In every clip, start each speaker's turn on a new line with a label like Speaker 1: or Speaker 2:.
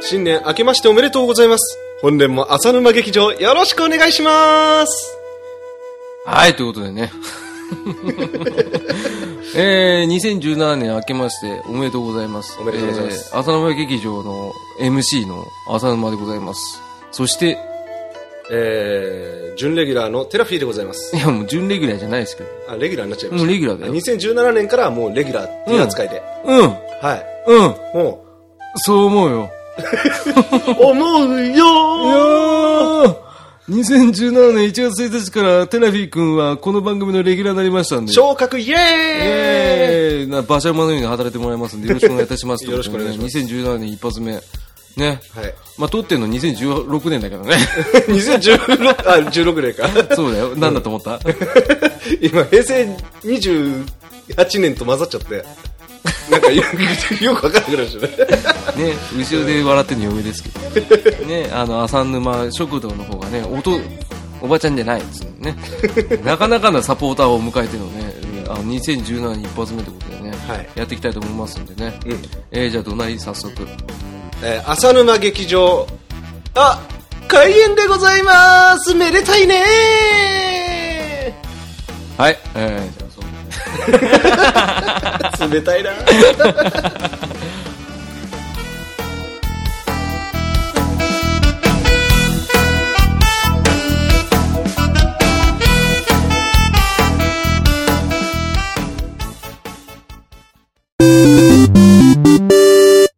Speaker 1: 新年明けましておめでとうございます。本年も浅沼劇場よろしくお願いします。
Speaker 2: はい、ということでね。 えー、2017年明けましておめでとうございます。
Speaker 1: おめでとうございます
Speaker 2: えー浅沼劇場の MC の浅沼でございます。そして、
Speaker 1: えー、準レギュラーのテラフィーでございます
Speaker 2: い。やもう準レギュラーじゃないですけど。
Speaker 1: あ、レギュラーになっちゃいま
Speaker 2: もう
Speaker 1: し
Speaker 2: レギュラー
Speaker 1: た。
Speaker 2: だよ。
Speaker 1: 2017年からはもうレギュラーっていう扱いで。
Speaker 2: う
Speaker 1: はい。
Speaker 2: ん、うん、
Speaker 1: も
Speaker 2: そう思うよ。
Speaker 1: う、思うよ
Speaker 2: いやー2017年1月1日からテラフィー君はこの番組のレギュラーになりましたんで。
Speaker 1: 昇格イエーイ
Speaker 2: えー、な馬車馬のように働いてもらいますんで、よろしくお願いいたします。。
Speaker 1: よろしくお願いします
Speaker 2: 2017年一発目。ね。
Speaker 1: はい。
Speaker 2: まあ、撮ってんの2016年だけどね。
Speaker 1: 2016、あ、16年か。
Speaker 2: そうだよ。なんだと思った、
Speaker 1: 今、平成28年と混ざっちゃって。なんかよく、よくわかんなくなっちゃった。
Speaker 2: ね。後ろで笑ってんの嫁ですけど。ね。あの、浅沼食堂の方がね、音、おばちゃんじゃないっつうのね。なかなかなサポーターを迎えてのね、あの2017年一発目ということでね、
Speaker 1: はい
Speaker 2: やっていきたいと思いますんでね。
Speaker 1: うん
Speaker 2: えー、じゃあ、どない早速。
Speaker 1: えー浅沼劇場あ開演でございますめでたいね
Speaker 2: はい。えー、じゃあ、そう。
Speaker 1: ー冷 たいな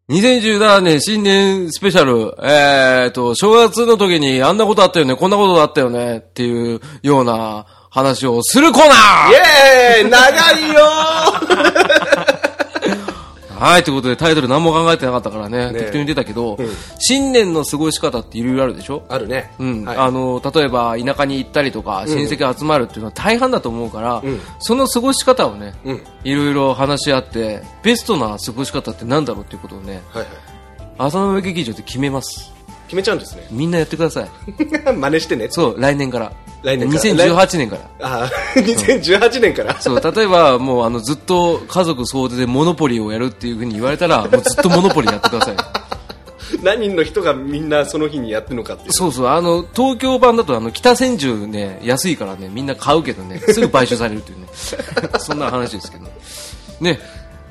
Speaker 2: 2017年新年スペシャル、えー、と、正月の時にあんなことあったよね、こんなことあったよね、っていうような話をするコーナー
Speaker 1: イエーイ長いよー
Speaker 2: はい、ということでタイトル何も考えてなかったからね、
Speaker 1: ね
Speaker 2: 適当に出たけど、新年の過ごし方っていろいろあるでしょ
Speaker 1: あるね
Speaker 2: うん、
Speaker 1: はい
Speaker 2: あの例えば田舎に行ったりとか親戚集まるっていうのは大半だと思うから、
Speaker 1: ん
Speaker 2: その過ごし方をね、
Speaker 1: うん
Speaker 2: いろいろ話し合ってベストな過ごし方ってなんだろうっていうことをね
Speaker 1: はいはい
Speaker 2: 浅沼劇場で決めます
Speaker 1: 決めちゃうんですね
Speaker 2: みんなやってください
Speaker 1: 真似してね
Speaker 2: そう、来年から。
Speaker 1: 来年から
Speaker 2: 2018年から。
Speaker 1: あー2018年から
Speaker 2: そう、例えば、もう、あの、ずっと家族総出でモノポリーをやるっていうふうに言われたら、もうずっとモノポリーやってください。
Speaker 1: 何人の人がみんなその日にやってるのかっていう
Speaker 2: そうそう、あの、東京版だと、あの、北千住ね、安いからね、みんな買うけどね、すぐ買収されるっていうね。 そんな話ですけど。ね、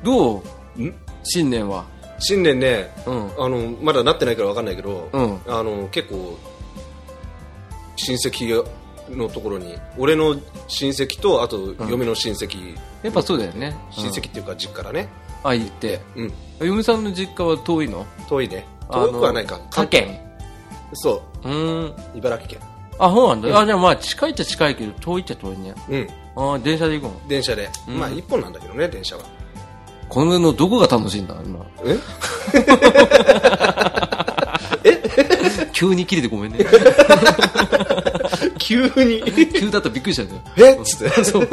Speaker 2: どうん新年は。
Speaker 1: 新年ね、
Speaker 2: うん
Speaker 1: あのまだなってないからわかんないけど、
Speaker 2: うん
Speaker 1: あの結構親戚のところに俺の親戚とあと嫁の親戚、
Speaker 2: やっぱそうだよね。
Speaker 1: 親戚っていうか実家だね、
Speaker 2: あ、行って。
Speaker 1: うん、
Speaker 2: 嫁さんの実家は遠いの
Speaker 1: 遠いね
Speaker 2: あの
Speaker 1: 遠くはないか
Speaker 2: 他県。
Speaker 1: そう
Speaker 2: ーん。
Speaker 1: う茨城県
Speaker 2: あ、そうなんだ。あ、じゃあまあ、近いっちゃ近いけど、遠いっちゃ遠いね。
Speaker 1: うん
Speaker 2: あー電車で行くの
Speaker 1: 電車で、
Speaker 2: ん
Speaker 1: まあ一本なんだけどね電車は
Speaker 2: こののどこが楽しいんだ 今。
Speaker 1: え
Speaker 2: 急に切れてごめんね。
Speaker 1: 急に
Speaker 2: 急だったらびっくりしたんだよ。
Speaker 1: え っつって
Speaker 2: そう。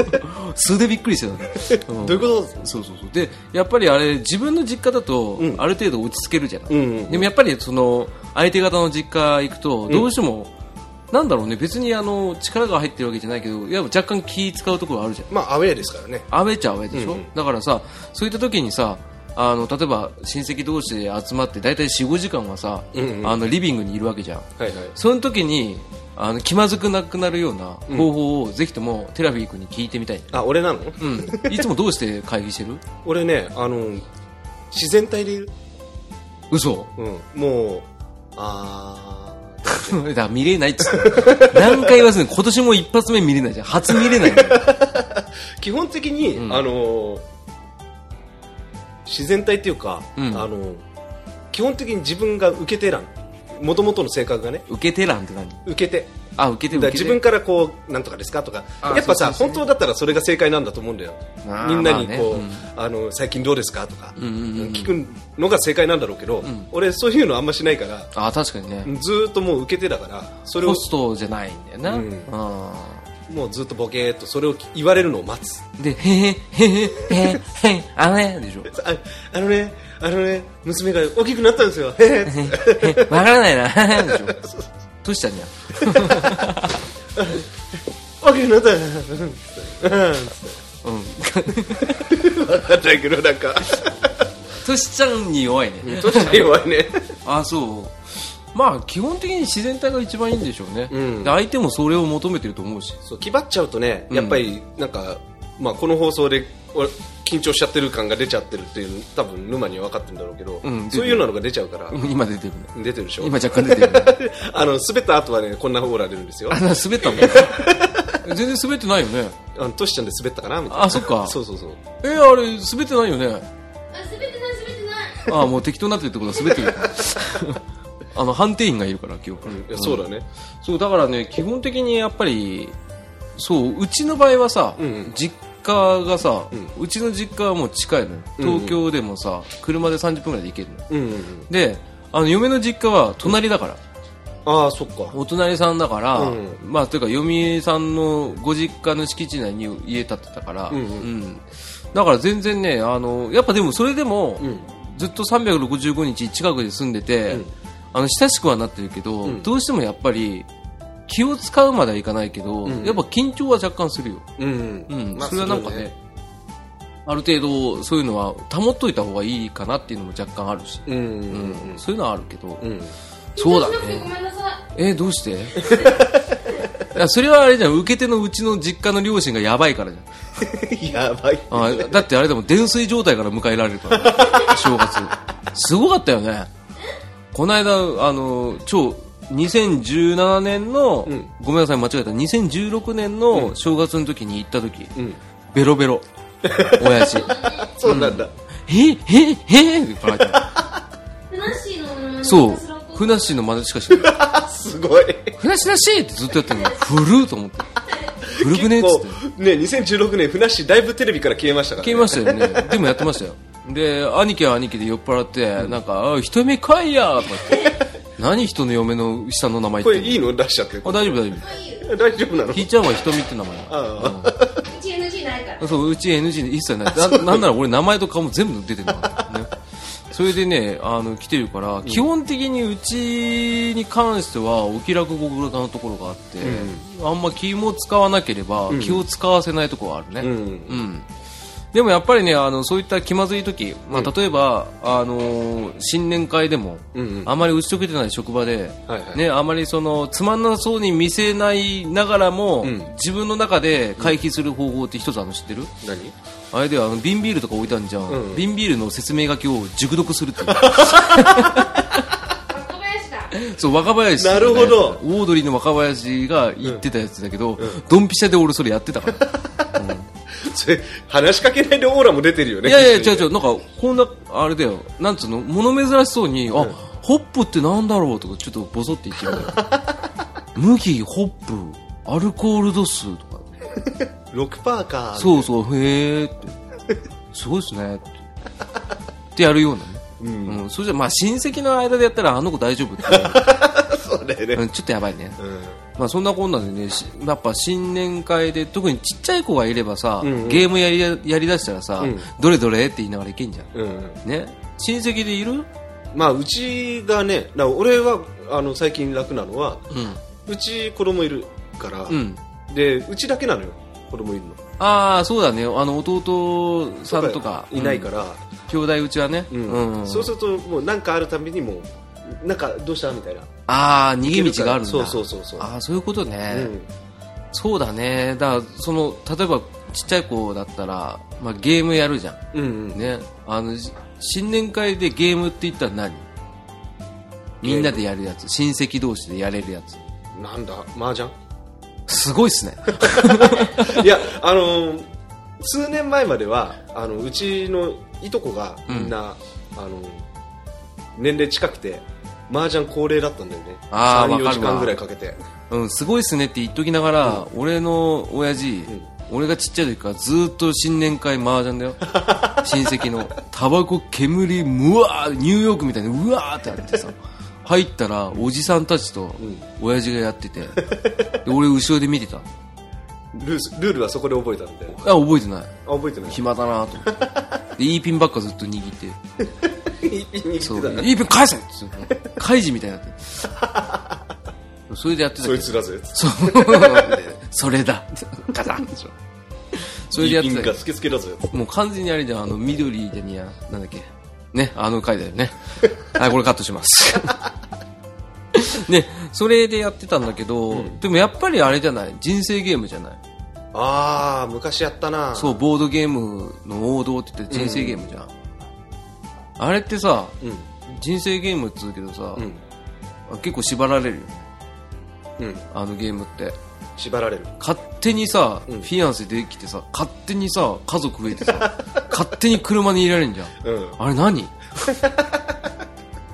Speaker 2: 素でびっくりしてたんだよ。
Speaker 1: どういうこと
Speaker 2: そうそうそう。で、やっぱりあれ、自分の実家だと、ある程度落ち着けるじゃない。
Speaker 1: うんうんうん
Speaker 2: でもやっぱり、その、相手方の実家行くと、どうしても、なんだろうね、別にあの、力が入ってるわけじゃないけど、いや若干気使うところあるじゃん。
Speaker 1: まあアウェーですからね
Speaker 2: アウェーっちゃアウェーでしょ、
Speaker 1: うんう
Speaker 2: だからさそういった時にさあの例えば親戚同士で集まって大体45時間はさ、
Speaker 1: うんうん
Speaker 2: あのリビングにいるわけじゃん
Speaker 1: はいはい
Speaker 2: その時にあの気まずくなくなるような方法を、ぜひともテラフィー君に聞いてみたい、
Speaker 1: あ俺なの
Speaker 2: うん、いつもどうして会議してる
Speaker 1: 俺ねあの自然体でいる、
Speaker 2: 嘘
Speaker 1: うん、もうあー
Speaker 2: だから見れないっつって何回言わせる今年も一発目見れないじゃん初見れないんだよ
Speaker 1: 基本的に、
Speaker 2: うん
Speaker 1: あのー自然体っていうか、
Speaker 2: うん
Speaker 1: あのー基本的に自分が受け手欄もともとの性格がね
Speaker 2: 受けてらんって何
Speaker 1: 受け手
Speaker 2: あ受けて
Speaker 1: だから
Speaker 2: 受け
Speaker 1: 自
Speaker 2: て
Speaker 1: 分からこうなんとかですかとか
Speaker 2: あ
Speaker 1: やっぱさ、
Speaker 2: そうそうそう
Speaker 1: 本当だったらそれが正解なんだと思うんだよ
Speaker 2: あー
Speaker 1: みんなに
Speaker 2: まあね
Speaker 1: こう、
Speaker 2: うん
Speaker 1: あの最近どうですかとか、
Speaker 2: うんうんうん
Speaker 1: 聞くのが正解なんだろうけど、
Speaker 2: ん
Speaker 1: 俺そういうのあんましないから
Speaker 2: あ確かにね
Speaker 1: ずーっともう受け手だからそれを
Speaker 2: ホストじゃないんだよな、
Speaker 1: う
Speaker 2: うんん
Speaker 1: もうずっとボケーっとそれを言われるのを待つ
Speaker 2: で、へへ、へへ、へへ、へあのね、でしょ。
Speaker 1: ああのねあのね娘が大きくなったんですよへへ
Speaker 2: へへ、わからないな、へへ、でしょ。どうしたんや。
Speaker 1: わけになった うん
Speaker 2: うん。
Speaker 1: 分かんないけどなんか
Speaker 2: トシちゃんに弱い ね。
Speaker 1: 年が弱いね
Speaker 2: あそうまあ基本的に自然体が一番いいんでしょうね、
Speaker 1: うん
Speaker 2: で相手もそれを求めてると思うし
Speaker 1: そう気張っちゃうとね
Speaker 2: うん
Speaker 1: やっぱりなんか、まあ、この放送で俺緊張しちゃってる感が出ちゃってるっていう多分沼には分かってるんだろうけど、
Speaker 2: うん
Speaker 1: そういうのが出ちゃうから、
Speaker 2: うん今出てるね
Speaker 1: 出てるでしょ
Speaker 2: 今若干出てるね
Speaker 1: あの滑った後はねこんな方られるんですよ
Speaker 2: あな滑った もん全然滑ってないよね
Speaker 1: あのトシちゃんで滑ったかなみたいな
Speaker 2: あそっか
Speaker 1: そうそうそう
Speaker 2: えあれ滑ってないよね
Speaker 3: あ滑ってない滑ってない
Speaker 2: あもう適当になってるってことは滑ってる あの判定員がいるから今
Speaker 1: い
Speaker 2: 日、
Speaker 1: やそうだね、
Speaker 2: そうだからね基本的にやっぱりそううちの場合はさ、
Speaker 1: うんうん
Speaker 2: 実家がさ、
Speaker 1: うん
Speaker 2: うちの実家はもう近いのよ
Speaker 1: うんうん
Speaker 2: 東京でもさ車で30分ぐらいで行けるのよ
Speaker 1: うんうんうん
Speaker 2: であの嫁の実家は隣だから、
Speaker 1: ああそっか
Speaker 2: お隣さんだから、
Speaker 1: うん
Speaker 2: まあというか嫁さんのご実家の敷地内に家建てたから、
Speaker 1: うんうん
Speaker 2: んだから全然ねあのやっぱでもそれでも、
Speaker 1: うん
Speaker 2: ずっと365日近くで住んでて、
Speaker 1: うん
Speaker 2: あの親しくはなってるけど、
Speaker 1: うん
Speaker 2: どうしてもやっぱり気を使うまではいかないけど、
Speaker 1: うん
Speaker 2: やっぱ緊張は若干するよ、
Speaker 1: うん
Speaker 2: う
Speaker 1: うんん、まあ
Speaker 2: それはなんかねある程度そういうのは保っといた方がいいかなっていうのも若干あるし、
Speaker 1: それはねうん
Speaker 2: う
Speaker 1: うんんうん
Speaker 2: そういうのはあるけど、
Speaker 1: うん
Speaker 2: そうだ
Speaker 3: 緊張しなくてご
Speaker 2: ね
Speaker 3: めんなさ
Speaker 2: えどうしていやそれはあれじゃん受け手のうちの実家の両親がやばいからじゃ ん
Speaker 1: やばい
Speaker 2: あだってあれでも泥酔状態から迎えられるから、正月すごかったよねこの間あの超2017年の、
Speaker 1: うん
Speaker 2: ごめんなさい間違えた2016年の正月の時に行った時、
Speaker 1: うん
Speaker 2: ベロベロ親父
Speaker 1: そうなんだ、
Speaker 2: えええって言って
Speaker 3: いフナッシーの名前
Speaker 2: そう
Speaker 3: ひたすらこ
Speaker 2: ふなっしーの真似しかしてない
Speaker 1: あすごい
Speaker 2: ふなっしーらっしーってずっとやってるの古ると思って古くねっつって
Speaker 1: 結構ね2016年ふなっしーだいぶテレビから消えましたから、ね、
Speaker 2: 消えましたよ ねでもやってましたよで兄貴は兄貴で酔っ払って、なんかあ「人目かいや!」とか言って 「何人の嫁の下の名前
Speaker 1: こ
Speaker 2: 言
Speaker 1: れ
Speaker 2: ってんの
Speaker 1: いいの出しちゃって
Speaker 2: あ大丈夫大丈
Speaker 3: うい
Speaker 1: 大
Speaker 3: う
Speaker 1: 丈夫なの
Speaker 2: 夫ひーちゃんは瞳って名前
Speaker 1: あ
Speaker 3: うち NG ないから
Speaker 2: そううち NG で一切ないななんなら俺名前と顔も全部出てなかった、ね、それでねあの来てるから、基本的にうちに関してはお気楽ご苦楽なところがあって、あんま気も使わなければ、気を使わせないところはあるね、
Speaker 1: うん、
Speaker 2: うん、でもやっぱりねあのそういった気まずい時、まあ、例えば、あのー新年会でも、
Speaker 1: うんうん
Speaker 2: あまり打ち解けてない職場で、
Speaker 1: はいはい
Speaker 2: ね、あまりそのつまんなそうに見せないながらも、
Speaker 1: ん
Speaker 2: 自分の中で回避する方法って一つあの知ってる
Speaker 1: 何
Speaker 2: あれではあの瓶ビールとか置いたんじゃん、
Speaker 1: うん
Speaker 2: 瓶ビールの説明書きを熟読するっ ていう
Speaker 3: 若林だ
Speaker 2: そう若林
Speaker 1: なるほど
Speaker 2: オードリーの若林が言ってたやつだけど、
Speaker 1: ん
Speaker 2: ドンピシャで俺それやってたから
Speaker 1: それ話しかけないでオーラも出てるよね
Speaker 2: いやいや、違う違う、なんか、こんな、あれだよ、なんつうの、物珍しそうに、あ、ホップってなんだろうとか、ちょっとボソって言っ てるんだよ。麦、ホップ、アルコール度数とか、
Speaker 1: 6パーか
Speaker 2: そうそう、へえって、すごいっすねって、ってやるようなね。うん、それじゃ、まあ、親戚の間でやったら、あの子大丈 夫って、
Speaker 1: そうだよね
Speaker 2: うんちょっとやばいね。
Speaker 1: うん
Speaker 2: まあ、そんなこんなでね、しやっぱ新年会で、特にちっちゃい子がいればさ、
Speaker 1: うんうん
Speaker 2: ゲームやりやりだしたらさ、
Speaker 1: うん
Speaker 2: どれどれって言いながらいけんじゃん。
Speaker 1: うん
Speaker 2: ね、親戚でいる
Speaker 1: まあうちがねな俺はあの最近楽なのは
Speaker 2: う
Speaker 1: うち子供いるから、
Speaker 2: ん、うん、
Speaker 1: でうちだけなのよ子供いるの
Speaker 2: ああそうだねあの弟さんとか、
Speaker 1: いないからら、
Speaker 2: うん兄弟うちはね、
Speaker 1: うん
Speaker 2: ん
Speaker 1: そうするともうなんかあるたびにもうなんかどうしたみたいな
Speaker 2: ああ逃げ道があるんだ
Speaker 1: そうそうそうそう
Speaker 2: ああそういうこと
Speaker 1: う
Speaker 2: ね、
Speaker 1: ん
Speaker 2: そうだねだからその例えばちっちゃい子だったら、まあ、ゲームやるじゃ
Speaker 1: うんうん
Speaker 2: んねあのし新年会でゲームって言ったら何みんなでやるやつ親戚同士でやれるやつ
Speaker 1: なんだ麻雀
Speaker 2: すごいっすね
Speaker 1: いやあのー数年前まではあのうちのいとこがみんな、あの年齢近くて麻雀高齢だったんだよね
Speaker 2: あーわか
Speaker 1: 34
Speaker 2: るわ
Speaker 1: 時間ぐらいかけて
Speaker 2: うん、すごいっすねって言っときながら、俺の親父、
Speaker 1: ん
Speaker 2: 俺がちっちゃい時からずーっと新年会麻雀だよ 親戚のタバコ煙むわーニューヨークみたいにうわーってやってさ入ったらおじさんたちと
Speaker 1: ん
Speaker 2: 親父がやってて、で俺後ろで見てた
Speaker 1: ルースルールはそこで覚えたんだよ
Speaker 2: あ覚えてない
Speaker 1: あ覚えてない
Speaker 2: 暇だなと思ってでいいピンばっかずっと握ってそ
Speaker 1: そう
Speaker 2: いいピン返せっつって開示みたいになってそれでやって
Speaker 1: そ
Speaker 2: たけど
Speaker 1: いつだぜ
Speaker 2: そうそれだガタンでしょそれでやって
Speaker 1: ピン
Speaker 2: たけ
Speaker 1: が
Speaker 2: ど
Speaker 1: スケスケだぜ
Speaker 2: もう完全にあれじゃんあの緑じゃにやなんだっけね、あの回だよね。はい、これカットします。 ね、それでやってたんだけど、でもやっぱりあれじゃない人生ゲームじゃない
Speaker 1: ああ昔やったな
Speaker 2: そう、ボードゲームの王道って言って人生ゲームじゃん。あれってさ、
Speaker 1: うん
Speaker 2: 人生ゲームっつうけどさ、
Speaker 1: うん
Speaker 2: 結構縛られるよね
Speaker 1: うん
Speaker 2: あのゲームって。
Speaker 1: 縛られる
Speaker 2: 勝手にさ、
Speaker 1: うん
Speaker 2: フィアンセできてさ、勝手にさ、家族増えてさ、 勝手に車に入れられんじゃん。
Speaker 1: う
Speaker 2: あれ何
Speaker 1: ん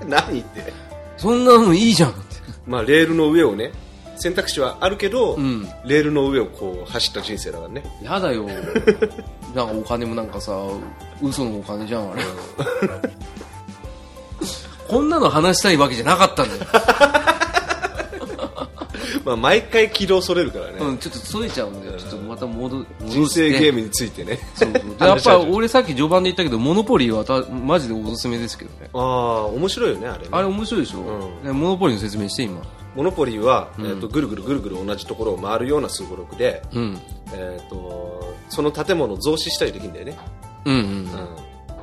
Speaker 1: 何言って
Speaker 2: そんなのいいじゃんって。
Speaker 1: まあレールの上をね選択肢はあるけど、
Speaker 2: うん
Speaker 1: レールの上をこう走った人生だからね
Speaker 2: やだよ。 なんかお金もなんかさ、嘘のお金じゃん、あれ。 こんなの話したいわけじゃなかったんだよ。
Speaker 1: まあ毎回軌道それるからね、
Speaker 2: うん、ちょっとそれちゃうんだよ。ちょっとまた戻戻して。
Speaker 1: 人生ゲームについてね
Speaker 2: そうそうでやっぱ俺さっき序盤で言ったけど、モノポリーはたマジでおすすめですけどね。
Speaker 1: ああ面白いよねあれね
Speaker 2: あれ面白いでしょ、
Speaker 1: うん
Speaker 2: ねモノポリーの説明して、今。
Speaker 1: モノポリーは、えー、とぐるぐるぐるぐる同じところを回るようなすごろくで、
Speaker 2: うん。
Speaker 1: えー、とその建物を増資したりできるんだよね、
Speaker 2: うんうん。
Speaker 1: う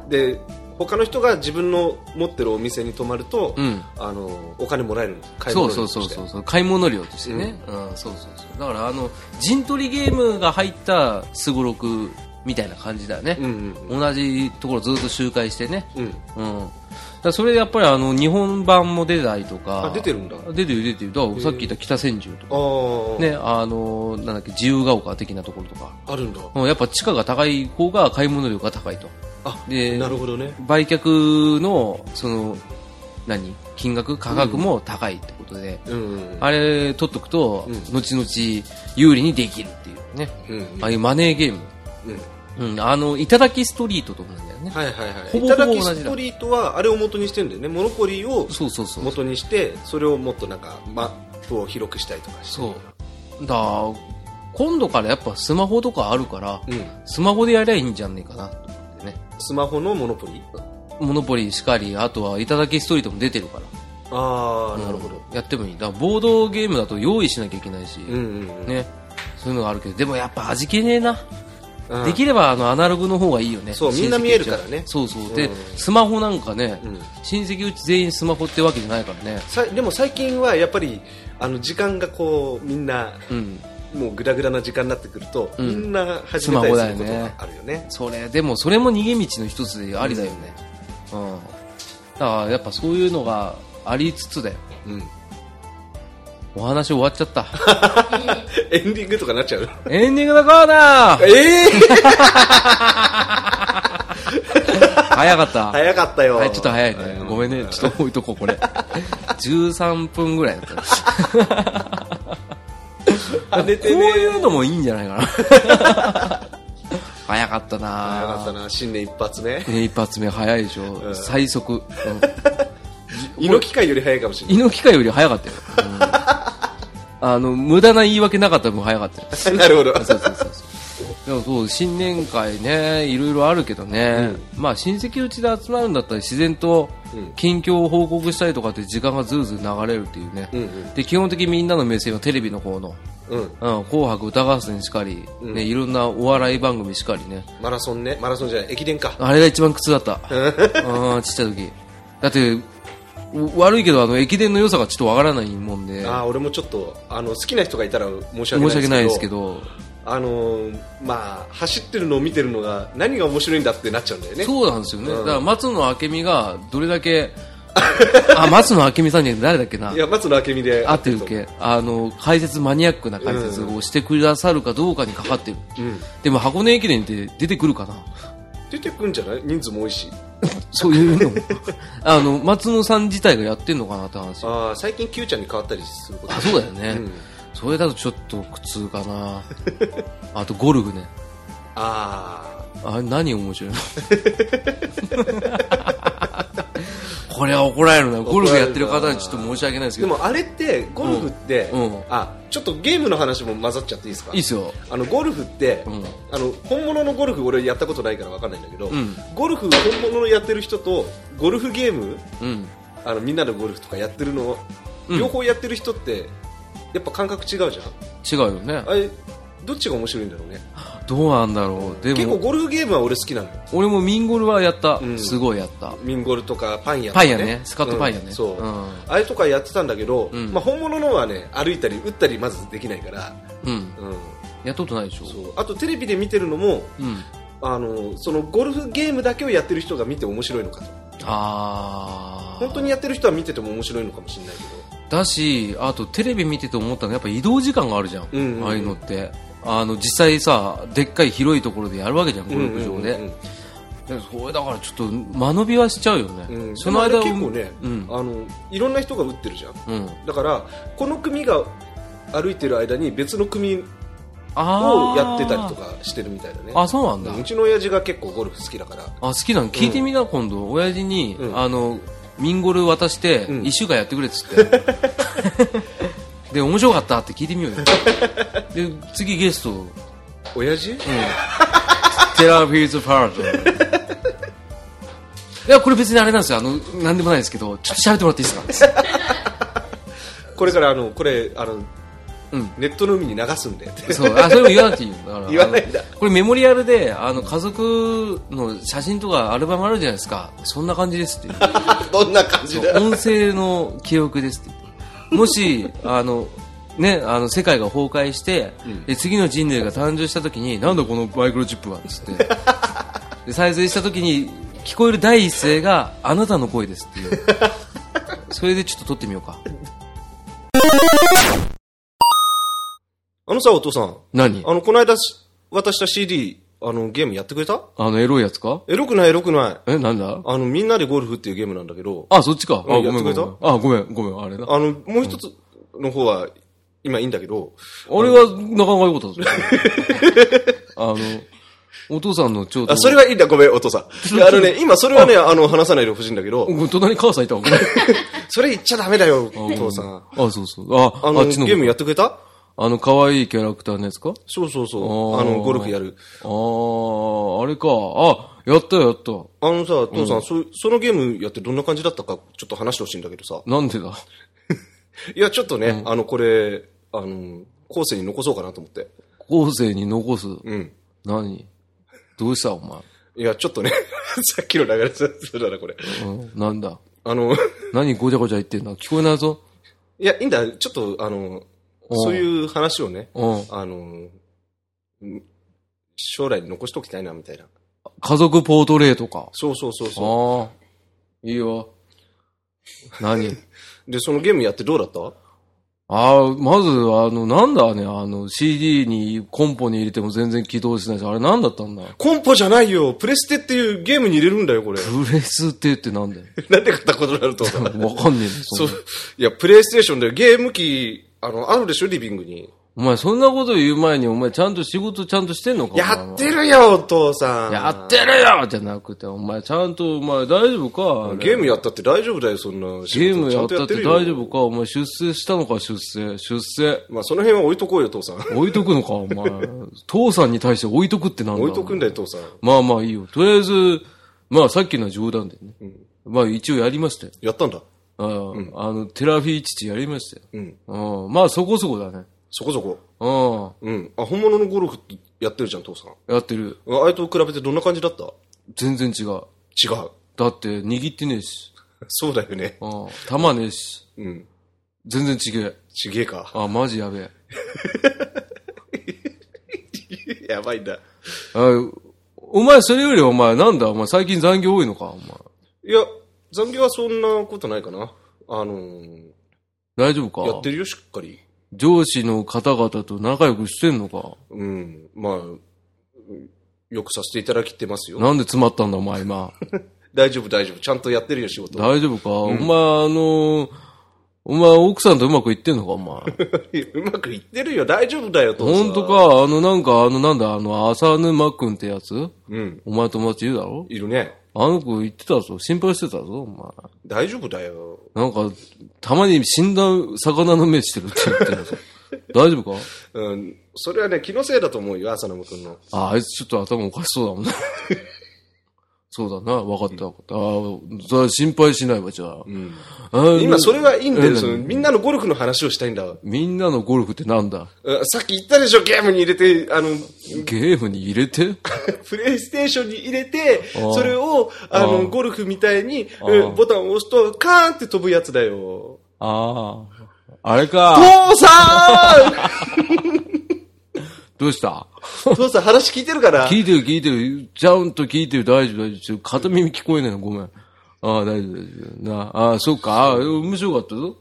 Speaker 1: ん、で他の人が自分の持ってるお店に泊まると、
Speaker 2: うん
Speaker 1: あのお金もらえるの買い
Speaker 2: そ
Speaker 1: 物
Speaker 2: う
Speaker 1: に
Speaker 2: そうそうそ
Speaker 1: し
Speaker 2: うそう買い物料としてね、うんそうそうそうだからあの陣取りゲームが入ったすごろくみたいな感じだよね
Speaker 1: て、うんうん
Speaker 2: 同じところずっと周回してね、
Speaker 1: うん、
Speaker 2: うん、だからそれでやっぱりあの日本版も出たりとか
Speaker 1: あ出てるんだあ
Speaker 2: 出てる出てるだからさっき言った北千住と
Speaker 1: あ、
Speaker 2: か、ね、あのなんだっけ自由が丘的なところとか、
Speaker 1: あるんだ
Speaker 2: うん、やっぱ地価が高い方が買い物量が高いと
Speaker 1: あ
Speaker 2: で
Speaker 1: なるほどね
Speaker 2: 売却のその何金額価格も高いってことで、
Speaker 1: うんうん
Speaker 2: あれ取っとくと、
Speaker 1: うん
Speaker 2: 後々有利にできるっていうね、
Speaker 1: うん
Speaker 2: ああいうマネーゲーム、
Speaker 1: うん
Speaker 2: うん、あの、いただきストリートと思うんだよね。
Speaker 1: はいはいはい
Speaker 2: ほぼ
Speaker 1: いただ
Speaker 2: ほぼ
Speaker 1: き
Speaker 2: 同じだ
Speaker 1: ストリートはあれを元にしてるんだよねモノポリーを
Speaker 2: そうそうそう。
Speaker 1: 元にしてそれをもっとなんかマップを広くしたりとかして
Speaker 2: そう。だ今度からやっぱスマホとかあるから、
Speaker 1: うん、
Speaker 2: スマホでやりゃいいんじゃねえかなと思ってね。
Speaker 1: スマホのモノポリー
Speaker 2: モノポリーしかり、あとはいただきストリートも出てるから。
Speaker 1: ああなるほど、
Speaker 2: うんやってもいい。だからボードゲームだと用意しなきゃいけないし、
Speaker 1: うんうんうん
Speaker 2: ね。そういうのがあるけど、でもやっぱ味気ねえな。
Speaker 1: うん
Speaker 2: できればあのアナログの方がいいよね。
Speaker 1: そう
Speaker 2: 親戚
Speaker 1: みんな見えるからね
Speaker 2: そうそう。で、
Speaker 1: うん
Speaker 2: スマホなんかね、
Speaker 1: うん
Speaker 2: 親戚うち全員スマホってわけじゃないからね。
Speaker 1: さでも最近はやっぱりあの時間がこうみんな
Speaker 2: うん。
Speaker 1: もうグダグダな時間になってくると、
Speaker 2: ん
Speaker 1: みんな始めたりすることがあるよね
Speaker 2: それ、でもそれも逃げ道の一つでありだよね。うん。だからやっぱそういうのがありつつだよ。
Speaker 1: うん、
Speaker 2: お話終わっちゃった。
Speaker 1: エンディングとかなっちゃう
Speaker 2: エンディングのコー ナー
Speaker 1: ええ
Speaker 2: 早かった。
Speaker 1: 早かったよ、
Speaker 2: はい、ちょっと早いね
Speaker 1: う。
Speaker 2: ごめんね。ちょっと置いとこう、これ。13分ぐらいだった。
Speaker 1: 跳ね
Speaker 2: こう
Speaker 1: てね
Speaker 2: いうのもいいんじゃないかな。 早かったな
Speaker 1: 早かったな新年一発目
Speaker 2: ね一発目早いでしょ、
Speaker 1: ん
Speaker 2: 最速、うん、
Speaker 1: 胃の機会より早いかもしれ
Speaker 2: 胃の機会より早かったよ、うんあの無駄な言い訳なかった分早かったよ
Speaker 1: ないなるほど
Speaker 2: そうそうそうそうでもそう新年会ねいろいろあるけどね、まあ親戚うちで集まるんだったら自然と
Speaker 1: うん
Speaker 2: 近況を報告したりとかって時間がずーずー流れるっていうね、
Speaker 1: うんうん
Speaker 2: で基本的にみんなの目線はテレビの方の
Speaker 1: うん
Speaker 2: 「うん、紅白歌合戦」しかり、ねいろんなお笑い番組しかりね
Speaker 1: マラソンねマラソンじゃない駅伝か
Speaker 2: あれが一番苦痛だった。うん、ちっちゃい時。だって、お悪いけど、あの、駅伝の良さがちょっとわからないもんで、
Speaker 1: ああ俺もちょっとあの好きな人がいたら申し訳ない
Speaker 2: 申し訳ないですけ
Speaker 1: ど
Speaker 2: ど、
Speaker 1: あのーまあ走ってるのを見てるのが何が面白いんだってなっちゃうんだよね
Speaker 2: そうなんですよね。
Speaker 1: うん
Speaker 2: だから、松野明美がどれだ け、あ、松野明美さんじゃなくて誰だっけない
Speaker 1: や松野明美で
Speaker 2: 合ってるっけあの、解説、マニアックな解説をしてくださるかどうかにかかってる。
Speaker 1: うん
Speaker 2: でも、箱根駅伝って出てくるかな
Speaker 1: 出てくんじゃない人数も多いし
Speaker 2: そういう のもあの、松野さん自体がやってんのかなって話。
Speaker 1: ああ最近 Q ちゃんに変わったりすること
Speaker 2: あそうだよね、
Speaker 1: うん
Speaker 2: それだとちょっと苦痛かな あとゴルフね
Speaker 1: あ
Speaker 2: あれ何面白いの これは怒られるなゴルフやってる方にちょっと申し訳ないです
Speaker 1: あ
Speaker 2: け
Speaker 1: で
Speaker 2: ど
Speaker 1: もあれってゴルフって、
Speaker 2: うんうん
Speaker 1: あちょっとゲームの話も混ざっちゃっていいですか
Speaker 2: いいっすよ
Speaker 1: あのゴルフって、
Speaker 2: うん
Speaker 1: あの本物のゴルフ俺やったことないから分かんないんだけど、
Speaker 2: ん
Speaker 1: ゴルフ本物のやってる人とゴルフゲーム
Speaker 2: うん
Speaker 1: あのみんなでゴルフとかやってるの、
Speaker 2: うん
Speaker 1: 両方やってる人ってやっぱ感覚違うじゃん
Speaker 2: 違うよね
Speaker 1: あれどっちが面白いんだろうね
Speaker 2: どうなんだろうで
Speaker 1: 結構
Speaker 2: も
Speaker 1: ゴルフゲームは俺好きなのよ
Speaker 2: 俺もミンゴルはやった、
Speaker 1: うん
Speaker 2: すごいやった
Speaker 1: ミンゴルとかパン屋と
Speaker 2: パ
Speaker 1: か、
Speaker 2: ン屋ねスカットパン屋ね
Speaker 1: うんそう、
Speaker 2: うん
Speaker 1: あれとかやってたんだけど、
Speaker 2: うん
Speaker 1: まあ、本物のはね歩いたり打ったりまずできないから、
Speaker 2: うん
Speaker 1: うん、
Speaker 2: やったことないでしょ
Speaker 1: そうあとテレビで見てるのも
Speaker 2: うん
Speaker 1: あのそのゴルフゲームだけをやってる人が見て面白いのかと
Speaker 2: ああ
Speaker 1: 本当にやってる人は見てても面白いのかもしれないけど
Speaker 2: だしあとテレビ見てて思ったのはやっぱ移動時間があるじゃん、
Speaker 1: うんうんうん
Speaker 2: ああいうのってあの実際さでっかい広いところでやるわけじゃんゴルフ場で、
Speaker 1: うんうん
Speaker 2: でもそれだからちょっと間延びはしちゃうよね、
Speaker 1: うんうん
Speaker 2: その間
Speaker 1: でもあれ結構ね、
Speaker 2: うん
Speaker 1: あのいろんな人が打ってるじゃん
Speaker 2: うん、
Speaker 1: だからこの組が歩いてる間に別の組
Speaker 2: あ
Speaker 1: を
Speaker 2: ー
Speaker 1: やってたりとかしてるみたいだね
Speaker 2: あそうなんだ、
Speaker 1: うんうちの親父が結構ゴルフ好きだから
Speaker 2: あ好きなの聞いてみな、今度親父に、
Speaker 1: うん
Speaker 2: あのミンゴル渡して
Speaker 1: うん
Speaker 2: 1週間やってくれっつって、 で面白かったって聞いてみようよで次ゲスト、うん、
Speaker 1: 親父
Speaker 2: テラフィーズパートいやこれ別にあれなんですよあのなんでもないですけどちょっと喋ってもらっていいですか
Speaker 1: これからあのこれあの
Speaker 2: うん
Speaker 1: ネットの海に流す んで
Speaker 2: そうあそれも言わなくていいよだから
Speaker 1: 言わないんだ
Speaker 2: あのこれメモリアルであの家族の写真とかアルバムあるじゃないですかそんな感じですっていう
Speaker 1: どんな感じだよ
Speaker 2: 音声の記憶ですってもしあの、ね、あの世界が崩壊して、で次の人類が誕生した時になんだこのマイクロチップはっつってで再生した時に聞こえる第一声があなたの声ですっていうそれでちょっと撮ってみようか
Speaker 1: あのさお父さん
Speaker 2: 何
Speaker 1: あのこの間し渡した CD あのゲームやってくれた
Speaker 2: あのエロいやつか
Speaker 1: エロくないエロくない
Speaker 2: えなんだ
Speaker 1: あのみんなでゴルフっていうゲームなんだけど
Speaker 2: あそっちかあ
Speaker 1: う
Speaker 2: ご
Speaker 1: ん
Speaker 2: めん
Speaker 1: や
Speaker 2: ごめん
Speaker 1: ってくれ
Speaker 2: あごめんごめんあれな
Speaker 1: あのもう一つの方は今いいんだけど
Speaker 2: 俺はなかなか良かったぞ あのお父さんのちょうど
Speaker 1: あ、それはいいんだ、ごめん、お父さん。いやあのね、今、それはね、あの、話さないでほしいんだけど、
Speaker 2: うん隣に母さんいたわごめん
Speaker 1: それ言っちゃダメだよ、お父さん。
Speaker 2: あ、そうそう。あ、
Speaker 1: あ
Speaker 2: あ
Speaker 1: の、
Speaker 2: っちの。
Speaker 1: ゲームやってくれた
Speaker 2: あの、可愛いキャラクターのやつか
Speaker 1: そうそうそ
Speaker 2: あ
Speaker 1: う。
Speaker 2: ー
Speaker 1: あの、ゴルフやる。
Speaker 2: あー、あれか。あ、やったやった。
Speaker 1: あのさ、父さん、そそのゲームやってどんな感じだったか、ちょっと話してほしいんだけどさ。
Speaker 2: なんでだ
Speaker 1: いや、ちょっとね、あの、これ、あの、後世に残そうかなと思って。
Speaker 2: 後世に残す。
Speaker 1: うん。
Speaker 2: 何どうしたお前。
Speaker 1: いや、ちょっとね、 さっきの流れ、そうだな、これ。
Speaker 2: うん、なんだ
Speaker 1: あの、
Speaker 2: 何ごちゃごちゃ言ってんの聞こえないぞ。
Speaker 1: いや、いいんだ、ちょっと、あの、
Speaker 2: ん
Speaker 1: そういう話をね、
Speaker 2: うん。
Speaker 1: あの、ん将来に残しておきたいな、みたいな。
Speaker 2: 家族ポートレートか。
Speaker 1: そうそうそうそ
Speaker 2: あー、いいよ。何
Speaker 1: う。で、そのゲームやってどうだった
Speaker 2: あー、まず、あの、なんだね、あの、CD にコンポに入れても全然起動しないし、あれなんだったんだ
Speaker 1: コンポじゃないよプレステっていうゲームに入れるんだよ、これ。
Speaker 2: プレステってなんだよ。
Speaker 1: なんで買ったことになると思った
Speaker 2: わかんねえんだよそんな
Speaker 1: そう。いや、プレイステーションでゲーム機、あの、あるでしょ、リビングに。
Speaker 2: お前、そんなこと言う前に、お前、ちゃんと仕事ちゃんとしてんのか
Speaker 1: やって
Speaker 2: る
Speaker 1: るよ、お父さん。
Speaker 2: やってるよじゃなくて、お前、ちゃんと、お前、大丈夫かあれ
Speaker 1: ゲームやったって大丈夫だよ、そんな。
Speaker 2: ゲームやったって大丈
Speaker 1: 夫
Speaker 2: 夫かお前、出世したのか出世。出世。
Speaker 1: まあ、その辺は置いとこうよ、父さん。
Speaker 2: 置いとくのかお 前。父さんに対して置いとくってなんだ
Speaker 1: 置いとくんだよ、父さん。
Speaker 2: まあまあいいよ。とりあえず、まあ、さっきのは冗談でね。まあ、一応やりましたよ。
Speaker 1: やったんだ。
Speaker 2: あ,、あの、テラフィー父やりましたよ。
Speaker 1: うん。
Speaker 2: うん。まあ、そこそこだね。
Speaker 1: そこそこ。
Speaker 2: う
Speaker 1: うん。あ、本物のゴルフってやってるじゃん、父さん。
Speaker 2: ん。やってる。
Speaker 1: ああれと比べてどんな感じだった
Speaker 2: 全然違う。
Speaker 1: 違う。
Speaker 2: だって、握ってねえし。
Speaker 1: そうだよね。
Speaker 2: うん。玉ねえし。
Speaker 1: うん。
Speaker 2: 全然違え。
Speaker 1: ちげえか。
Speaker 2: あ、マジやべえ。
Speaker 1: やばいんだ。
Speaker 2: あお前、それよりお前、なんだお前、最近残業多いのかお前。
Speaker 1: いや、残業はそんなことないかな。あのー
Speaker 2: 大丈夫か
Speaker 1: やってるよ、しっかり。
Speaker 2: 上司の方々と仲良くしてんのか
Speaker 1: うん。まあ、うんよくさせていただきてますよ。
Speaker 2: なんで詰まったんだお 前、今。
Speaker 1: 大丈夫、大丈夫。ちゃんとやってるよ、仕事。
Speaker 2: 大丈夫か、お前、あのーお前、奥さんとうまくいってんのかお前。
Speaker 1: うまくいってるよ、大丈夫だよ、父さん
Speaker 2: 本当。かあの、なんか、あの、なんだ、あの、浅沼くんってやつ
Speaker 1: うん。
Speaker 2: お前友達いるだろ
Speaker 1: いるね。
Speaker 2: あの子言ってたぞ。心配してたぞ、お前。
Speaker 1: 大丈夫だよ。
Speaker 2: なんか、たまに死んだ魚の目してるって言ってるぞ。大丈夫か
Speaker 1: うん。それはね、気のせいだと思うよ、浅野君の。
Speaker 2: あ、あいつちょっと頭おかしそうだもんね。そうだな、分かった分かった。ああ、それは心配しないわ、じゃあ。あー
Speaker 1: 今それはいいんだ
Speaker 2: う
Speaker 1: よ、そのみんなのゴルフの話をしたいんだわ。
Speaker 2: みんなのゴルフってなんだ
Speaker 1: あさっき言ったでしょ、ゲームに入れて、あの、
Speaker 2: ゲームに入れて
Speaker 1: プレイステーションに入れて、
Speaker 2: ああ
Speaker 1: それを、あ
Speaker 2: ああ
Speaker 1: の、ゴルフみたいに、
Speaker 2: ああ
Speaker 1: うんボタンを押すと、カーンって飛ぶやつだよ。
Speaker 2: ああ。あれか。
Speaker 1: 父さ
Speaker 2: どうした
Speaker 1: ん父さん話聞いてるから。
Speaker 2: 聞いてる聞いてる。ちゃんと聞いてる。大丈夫大丈夫ちょ。片耳聞こえないの。ごめん。ああ、大丈夫大丈夫。なあ、ああ、そうか。ああ、面白かったぞ。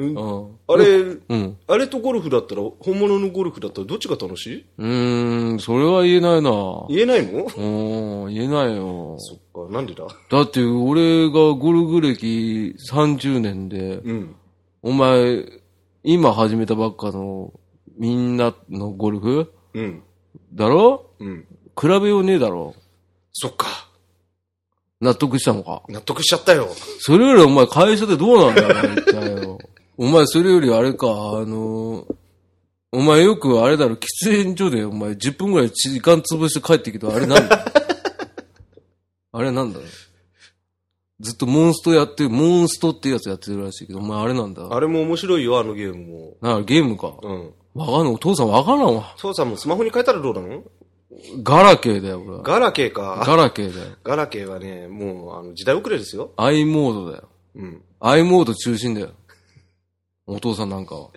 Speaker 1: うん
Speaker 2: う
Speaker 1: あれ、
Speaker 2: ん。
Speaker 1: あれとゴルフだったら、本物のゴルフだったらどっちが楽しいう
Speaker 2: ーん、それは言えないな。う
Speaker 1: 言えないの
Speaker 2: ん、言えないよ。
Speaker 1: そっか、なんでだ
Speaker 2: だって、俺がゴルフ歴30年で、
Speaker 1: うん。
Speaker 2: お前、今始めたばっかの、みんなのゴルフ
Speaker 1: うん。
Speaker 2: だろ
Speaker 1: うん。
Speaker 2: 比べようねえだろ。
Speaker 1: そっか、
Speaker 2: 納得したのか。
Speaker 1: 納得しちゃったよ。
Speaker 2: それよりお前会社でどうなんだよ、一 体よ。お前それよりあれか、あのお前よくあれだろ、喫煙所でお前10分ぐらい時間潰して帰ってきたあれなん だあれなんだずっとモンストやってる、モンストってやつやってるらしいけど、お前あれなんだ
Speaker 1: あれも面白いよ、あのゲームも。
Speaker 2: なあ、ゲームか。
Speaker 1: うん。
Speaker 2: わかんない、お父さんわからんわ。
Speaker 1: 父さんもスマホに変えたらどうなの
Speaker 2: ガラケーだよ、俺は。
Speaker 1: ガラケーか。
Speaker 2: ガラケーだよ。
Speaker 1: ガラケーはね、もう、あの、時代遅れですよ。
Speaker 2: i モードだよ。
Speaker 1: うん。
Speaker 2: i モード中心だよ。お父さんなんかは。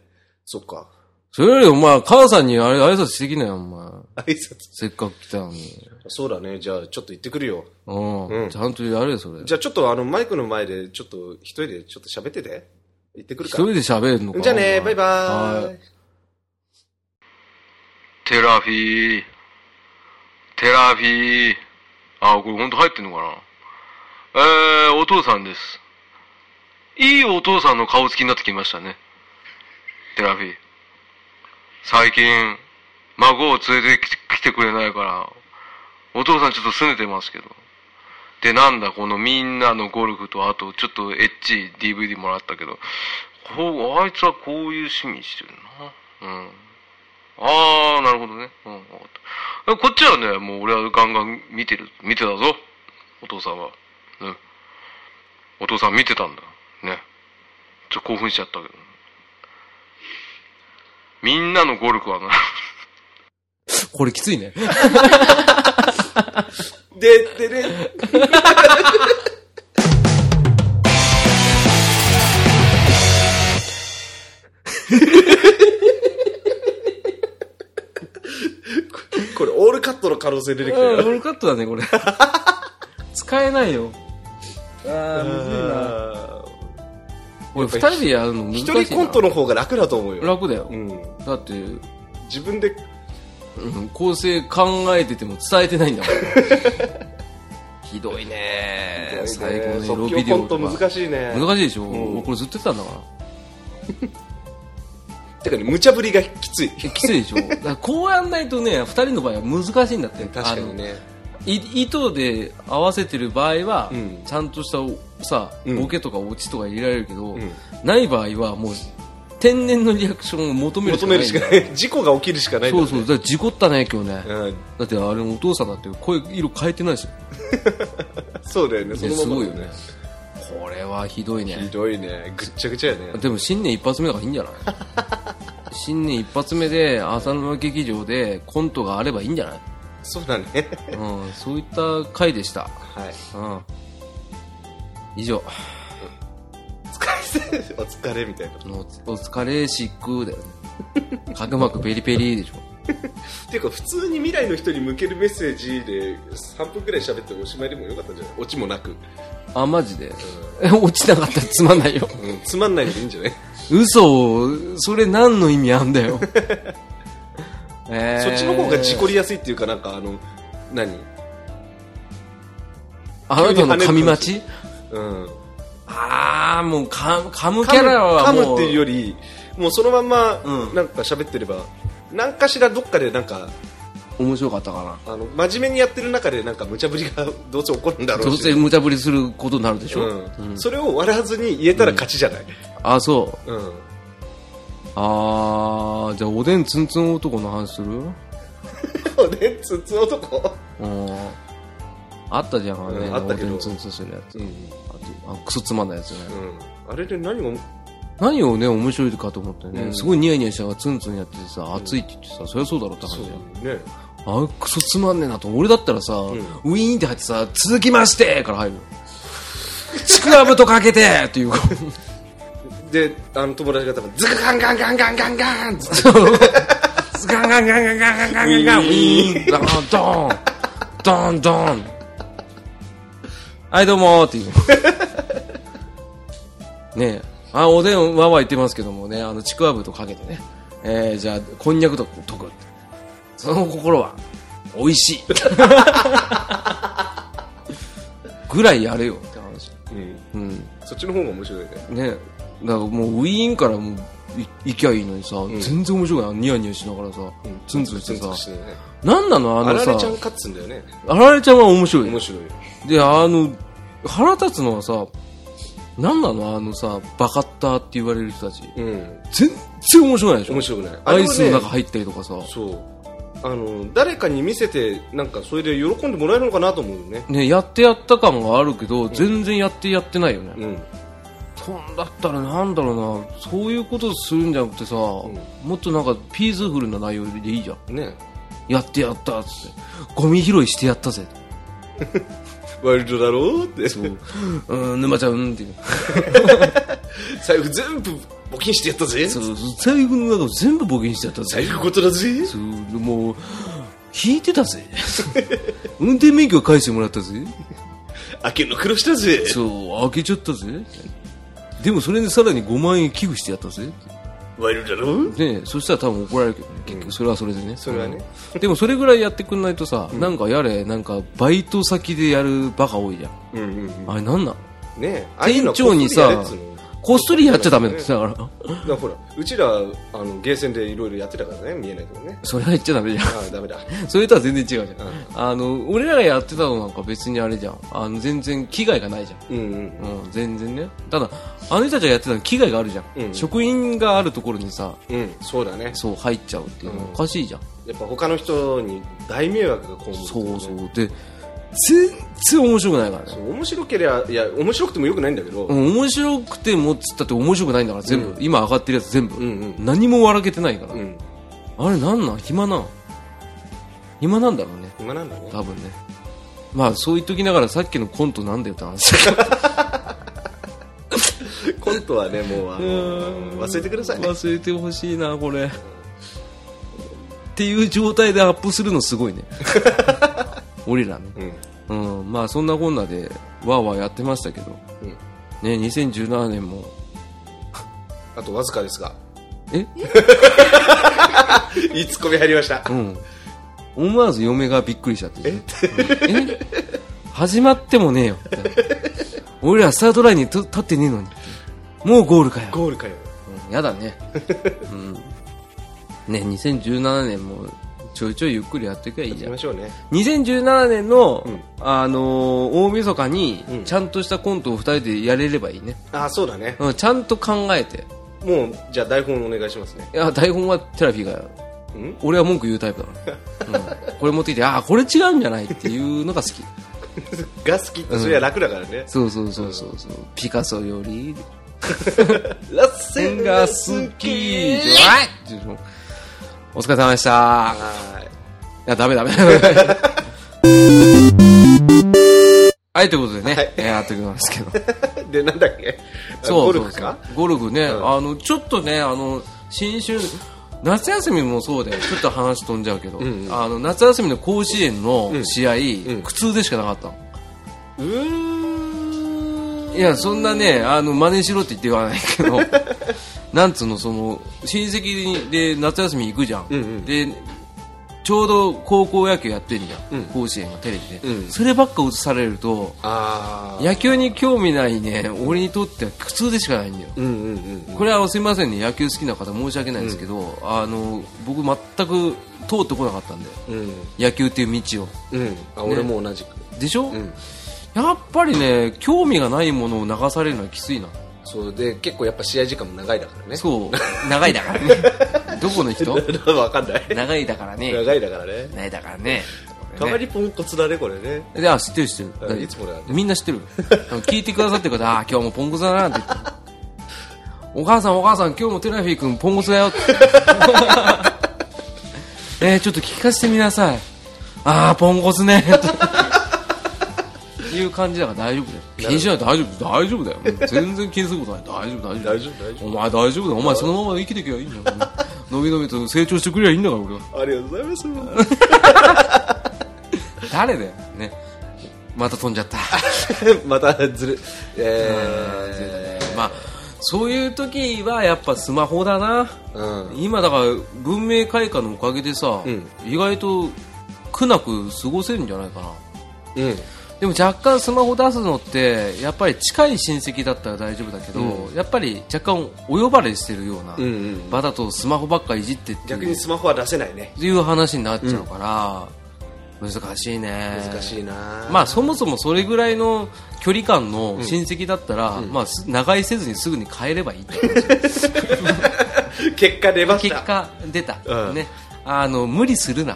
Speaker 1: そっか。
Speaker 2: それよりお前、母さんにあれ挨拶してきなよ、お前。
Speaker 1: 挨拶。
Speaker 2: せっかく来たのに。
Speaker 1: そうだね。じゃあ、ちょっと行ってくるよ。
Speaker 2: う。
Speaker 1: うんん
Speaker 2: ちゃんとやれよ、それ。
Speaker 1: じゃあ、ちょっとあの、マイクの前で、ちょっと、一人でちょっと喋ってて。行ってくる
Speaker 2: 一
Speaker 1: から
Speaker 2: 人。で喋るのか。
Speaker 1: じゃあね、
Speaker 2: お
Speaker 1: バ
Speaker 2: 前
Speaker 1: イバーイ。
Speaker 2: テラフィー。テラフィー。あ、これ本当入ってんのかなえー、お父さんです。いいお父さんの顔つきになってきましたね。テラフィー。最近、孫を連れてきて来てくれないから、お父さんちょっと拗ねてますけど。で、なんだ、このみんなのゴルフと、あとちょっとエッチ DVD もらったけど、こうあいつはこういう趣味してるな。うん。ああ、なるほどね。うん、わかった。こっちはね、もう俺はガンガン見てる、見てたぞ。お父さんは。ね。お父さん見てたんだ。ね。ちょっと興奮しちゃったけど。みんなのゴルフはな。これきつ いね。
Speaker 1: でってね。これ、オールカットの可能性出てきたよ。
Speaker 2: ルカットだね、 これ。使えないよ。ああ、むずいな。俺二人でやるの難しいな。
Speaker 1: 一人コントの方が楽だと思うよ。
Speaker 2: 楽だよ
Speaker 1: う。ん。
Speaker 2: だって、
Speaker 1: 自分で、
Speaker 2: うん構成考えてても伝えてないんだ もんひどいね最後のエロ
Speaker 1: 即
Speaker 2: ビ
Speaker 1: 興
Speaker 2: デ
Speaker 1: コ
Speaker 2: オ
Speaker 1: ント
Speaker 2: とか
Speaker 1: 難しいね。
Speaker 2: 難しいでしょ、
Speaker 1: うん
Speaker 2: 俺これずっと言ってたんだから
Speaker 1: てかね、無茶ぶりがきつい。
Speaker 2: えきついでしょだからこうやんないとね二人の場合は難しいんだって
Speaker 1: 確かにね。
Speaker 2: あのい糸で合わせてる場合は、
Speaker 1: うん
Speaker 2: ちゃんとしたおさ
Speaker 1: うん
Speaker 2: ボケとかオチとか入れられるけど、
Speaker 1: うん
Speaker 2: ない場合はもう天然のリアクションを求めるし
Speaker 1: 求
Speaker 2: か
Speaker 1: め
Speaker 2: ない
Speaker 1: るしかない。事故が起きるしかないんだ
Speaker 2: そ
Speaker 1: よね
Speaker 2: うそうだから事故ったね今日ね、
Speaker 1: うん
Speaker 2: だってあれお父さんだって声色変えてないし
Speaker 1: そうだよね、そのままだよ
Speaker 2: ね
Speaker 1: ね。
Speaker 2: これはひどいね
Speaker 1: ひどいね。ぐっちゃぐちゃやね。
Speaker 2: でも新年一発目だからいいんじゃない 新年一発目で浅沼劇場でコントがあればいいんじゃない、
Speaker 1: そうだね。
Speaker 2: うん、そういった回でした、
Speaker 1: はい。
Speaker 2: うん、以上
Speaker 1: 疲れて、お疲れみたいな。っ
Speaker 2: おお疲れしくだよねかぐまくペリペリでしょ
Speaker 1: ていうか、普通に未来の人に向けるメッセージで、3分くらい喋っておしまいでもよかったんじゃないオチもなく。
Speaker 2: あマジで 落ちなかったらつまんないよ
Speaker 1: うん、つまんないでいいんじゃない
Speaker 2: 嘘をそれ何の意味あ んだよ、えー
Speaker 1: そっちの方が事故りやすいっていうか、なんかあの、何
Speaker 2: あなたの噛み待ち
Speaker 1: うん。
Speaker 2: ああもう噛む噛むキャラは
Speaker 1: 噛む
Speaker 2: も
Speaker 1: 噛む
Speaker 2: う
Speaker 1: っていうより、もうそのまんま
Speaker 2: う、ん
Speaker 1: なんか喋ってれば、なんかしらどっかでなんか、
Speaker 2: 面白かったかな
Speaker 1: あの、真面目にやってる中でなんか無茶ぶりがどうせ起こるんだろ
Speaker 2: ど
Speaker 1: う
Speaker 2: う
Speaker 1: し。
Speaker 2: せ無茶ぶりすることになるでしょ、
Speaker 1: うん。それを笑わずに言えたら勝ちじゃない
Speaker 2: あそう
Speaker 1: うん。
Speaker 2: あーじゃあおでんツンツン男の話する
Speaker 1: おでんつつ男
Speaker 2: うんあったじゃん、あれ、
Speaker 1: うんあったけど
Speaker 2: 大谷ツンツンするやつ。
Speaker 1: うん
Speaker 2: あとあクソつまんないやつね。
Speaker 1: うんあれで何が
Speaker 2: 何をね、面白いかと思ってね、
Speaker 1: うん
Speaker 2: すごいニヤニヤしながらツンツンやっててさ、熱いって言ってさ、そりゃそうだろうって
Speaker 1: そ
Speaker 2: 話
Speaker 1: う
Speaker 2: じゃん。
Speaker 1: ね
Speaker 2: あ、クソつまんねえなと。俺だったらさ、
Speaker 1: ん
Speaker 2: ウィーンって入ってさ、続きましてから入るよ。スクラブとかけてっていう。
Speaker 1: であの友達が多分ズガンガンガンガンガンガンっつって
Speaker 2: ガンガンガンガンガンガンガンガンガンウィーンドーンドーンドーンドーンはいどうもーっていうねえあおでんわーわー言ってますけどもねあのちくわぶとかけてね、えー、じゃあこんにゃくと溶くその心は美味しいぐらいやれよって話
Speaker 1: うん
Speaker 2: うん
Speaker 1: そっちの方が面白いね
Speaker 2: ねだからもうウィーンからもうい行きゃいいのにさ、全然面白くないニヤニヤしながらさ、ツンツンしてさ、
Speaker 1: してね
Speaker 2: なんなのあ
Speaker 1: あ
Speaker 2: の
Speaker 1: ら
Speaker 2: さ
Speaker 1: れちゃん勝つんだよね
Speaker 2: あられちゃんは面白い
Speaker 1: 面白い
Speaker 2: であの腹立つのはさなんなのあのさバカッターって言われる人たち
Speaker 1: うん
Speaker 2: 全然面白くないでしょ
Speaker 1: 面白くない
Speaker 2: アイス
Speaker 1: あ
Speaker 2: の中
Speaker 1: れはね
Speaker 2: 入ったりとかさ
Speaker 1: そうあの誰かに見せてなんかそれで喜んでもらえるのかなと思うよね
Speaker 2: ね、やってやった感があるけど、全然やってやってないよね、
Speaker 1: うん
Speaker 2: そんだったらなんだろうなそういうことするんじゃなくてさ、もっとなんかピースフルな内容でいいじゃん
Speaker 1: ね
Speaker 2: やってやったっつってゴミ拾いしてやったぜ
Speaker 1: ワイルドだろうって
Speaker 2: うん沼ちゃんうんっていう
Speaker 1: 財布全部募金してやったぜ
Speaker 2: そう財布の中を全部募金してやったぜ
Speaker 1: 財布ごとだぜ
Speaker 2: そうもう引いてたぜ 運転免許返してもらったぜ
Speaker 1: 開けるの苦労したぜ
Speaker 2: そう開けちゃったぜでもそれでさらに5万円寄付してやったぜ
Speaker 1: ワイルドだろう
Speaker 2: でそしたら多分怒られるけどね結局それはそれでね、
Speaker 1: それはね
Speaker 2: うんでもそれぐらいやってくんないとさ、なんかやれなんかバイト先でやるバカ多いじゃ
Speaker 1: う
Speaker 2: ん、
Speaker 1: んうんうん
Speaker 2: あれなんなん
Speaker 1: ねああいうの
Speaker 2: 店
Speaker 1: は
Speaker 2: 長にさ
Speaker 1: こっそりやれっつうの
Speaker 2: こっそりやっちゃダメだってだから
Speaker 1: だからほらうちらあのゲーセンでいろいろやってたからね見えないけどね
Speaker 2: それは言っちゃダメじゃん
Speaker 1: ああダメだ
Speaker 2: それとは全然違うじゃん、
Speaker 1: うん
Speaker 2: あの俺らがやってたのなんか別にあれじゃんあの全然危害がないじゃん
Speaker 1: うんうん
Speaker 2: うん、全然ね。ただ、あの人たちがやってたの危害があるじゃん。
Speaker 1: うん
Speaker 2: 職員があるところにさ、
Speaker 1: うんそうだね
Speaker 2: そう入っちゃうっていうのは
Speaker 1: うん
Speaker 2: おかしいじゃん。
Speaker 1: やっぱ他の人に大迷惑が被るってい
Speaker 2: そうそう
Speaker 1: ね。
Speaker 2: で、全然面白くないから
Speaker 1: そ
Speaker 2: ね。
Speaker 1: う面白けりゃいや面白くてもよくないんだけど、
Speaker 2: うん、面白くてもっつったって面白くないんだから、全部。
Speaker 1: う
Speaker 2: 今上がってるやつ全部。
Speaker 1: うんうん
Speaker 2: 何も笑けてないから。
Speaker 1: うん
Speaker 2: あれなんなん暇なん暇なんだろうね。
Speaker 1: 今なんだね
Speaker 2: 多分ね。まあ、そう言っときながらさっきのコントなんだよって話。
Speaker 1: コントはねもうあの忘れてくださいね
Speaker 2: 忘れてほしいなこれっていう状態でアップするのすごい ね俺らね
Speaker 1: うん
Speaker 2: うんまあそんなこんなでわーわーやってましたけど
Speaker 1: うん
Speaker 2: ね2017年も
Speaker 1: あとわずかですが
Speaker 2: え
Speaker 1: いいツッコミ入りました
Speaker 2: うん思わず嫁がびっくりしちゃってうんえ始まってもね えよみたいな俺らスタートラインにと立ってねえのにもうゴールかよ
Speaker 1: ゴールかよ
Speaker 2: うんや だね。うん。ね、2017年もちょいちょいゆっくりやっていけばいい
Speaker 1: 行
Speaker 2: じ
Speaker 1: き
Speaker 2: ゃん
Speaker 1: ま。しょうね
Speaker 2: 2017年の、
Speaker 1: うん
Speaker 2: あのー大晦日に
Speaker 1: うん、
Speaker 2: ちゃんとしたコントを二人でやれればいいね。
Speaker 1: あそうだね
Speaker 2: うん、ちゃんと考えて。
Speaker 1: もうじゃあ台本お願いしますね
Speaker 2: いや、台本はテラフィーがやる。
Speaker 1: うん
Speaker 2: 俺は文句言うタイプだから。うん、これ持ってきて、ああ、これ違うんじゃないっていうのが 好き。
Speaker 1: が好きってそれは楽だからね
Speaker 2: そうそうそうそうそう。ピカソより、
Speaker 1: ラッセ
Speaker 2: 線
Speaker 1: ン
Speaker 2: が
Speaker 1: が
Speaker 2: 好
Speaker 1: 好き
Speaker 2: きじゃないっていうのお疲れ様でした。
Speaker 1: はい
Speaker 2: いや、ダメダメ。 はい、ということでね、
Speaker 1: はい
Speaker 2: えーやっていくんで すけど。
Speaker 1: で、なんだっけ
Speaker 2: そ
Speaker 1: ゴ
Speaker 2: うそ
Speaker 1: ル
Speaker 2: う
Speaker 1: フ
Speaker 2: そう
Speaker 1: か。
Speaker 2: ゴルフね、
Speaker 1: うん
Speaker 2: あの、ちょっとね、あの、新春、夏休みもそうだよ。ちょっと話飛んじゃうけど、
Speaker 1: んうん
Speaker 2: あの、夏休みの甲子園の試合、
Speaker 1: ん
Speaker 2: 苦痛でしかなかったの。
Speaker 1: うーん。
Speaker 2: いや、そんなね、あの、真似しろって言って言わない けど、なんつうの、その、親戚にで夏休み行くじゃん。
Speaker 1: んうん
Speaker 2: で、ちょうど高校野球やってんじゃん。
Speaker 1: うん
Speaker 2: 甲子園がテレビで。
Speaker 1: うん
Speaker 2: そればっか映されると、
Speaker 1: あー。
Speaker 2: 野球に興味ないね、俺にとっては苦痛でしかないんだよ。
Speaker 1: うんうんうん。
Speaker 2: これはすいませんね、野球好きな方申し訳ないんですけど、あの、僕全く通ってこなかったんで、
Speaker 1: うん。
Speaker 2: 野球っていう道を。
Speaker 1: うん。あ、俺も同じく。
Speaker 2: でしょ、
Speaker 1: うん。
Speaker 2: やっぱりね、興味がないものを流されるのはきついな。
Speaker 1: そうで、結構やっぱ試合時間も長いだからね。
Speaker 2: そう、長い だからね。どこの人
Speaker 1: う。わかんない。
Speaker 2: 長いだからね。
Speaker 1: 長いだからね。
Speaker 2: 長いだからね。
Speaker 1: たま
Speaker 2: ね
Speaker 1: にポンコツだねこれね
Speaker 2: であ知ってる知ってる
Speaker 1: うんいつもだよ
Speaker 2: みんな知 ってる聞いてくださってる方あー今日もポンコツだなって言ってお母さんお母さん今日もテラフィー君ポンコツだよ ってえーちょっと聞かせてみなさいああポンコツねっていう感じだから大丈夫だよ気にしない大丈夫大丈夫だようん全然気にすることない大丈夫
Speaker 1: 大
Speaker 2: 大丈夫
Speaker 1: 丈夫大丈
Speaker 2: お前大丈夫だよお前そのまま生きていけばいいんだよのびのびと成長してくれりゃいいんだから俺は
Speaker 1: 夫ありがとうございます
Speaker 2: 誰だよねまた飛んじゃった
Speaker 1: またずる
Speaker 2: え
Speaker 1: え
Speaker 2: ーまあそういう時はやっぱスマホだな
Speaker 1: ーうん
Speaker 2: 今だから文明開化のおかげでさ、
Speaker 1: うん
Speaker 2: 意外と苦なく過ごせるんじゃないかな
Speaker 1: うん
Speaker 2: でも若干スマホ出すのってやっぱり近い親戚だったら大丈夫だけど、やっぱり若干お呼ばれしてるような
Speaker 1: うんうん
Speaker 2: 場だとスマホばっかいじってって
Speaker 1: 逆
Speaker 2: いう
Speaker 1: にスマホは出せないね
Speaker 2: いう話になっちゃうから、難しいね
Speaker 1: 難しいな
Speaker 2: まあそもそもそれぐらいの距離感の親戚だったら、まあす長居せずにすぐに帰ればいいって話
Speaker 1: 結果出まし
Speaker 2: 結
Speaker 1: た
Speaker 2: 果出た、
Speaker 1: うん
Speaker 2: ねあの無理するな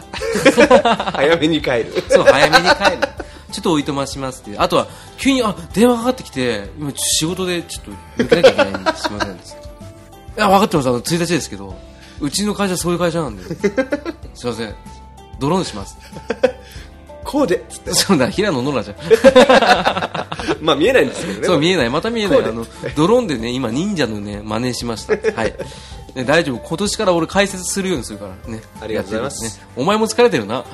Speaker 1: 早めに帰る
Speaker 2: そう早めに帰るちょっとおいとましますっていうあとは急にあ電話かかってきて今ちょ仕事でちょっと抜けなきゃいけないんですいませんっつ っていや分かってますあの1日ですけどうちの会社そういう会社なんで すいませんドローン します
Speaker 1: こうでっつって
Speaker 2: そうだ平野ノラじゃん
Speaker 1: まあ見えないんですけどね
Speaker 2: そう見えない、また見えない、
Speaker 1: こう
Speaker 2: あのドローンでね、今、忍者のね、真似し ました、はいね、大丈夫、今年から俺、解説するようにするからね、
Speaker 1: ありがとうございます
Speaker 2: やってるね、お前も疲れてる な、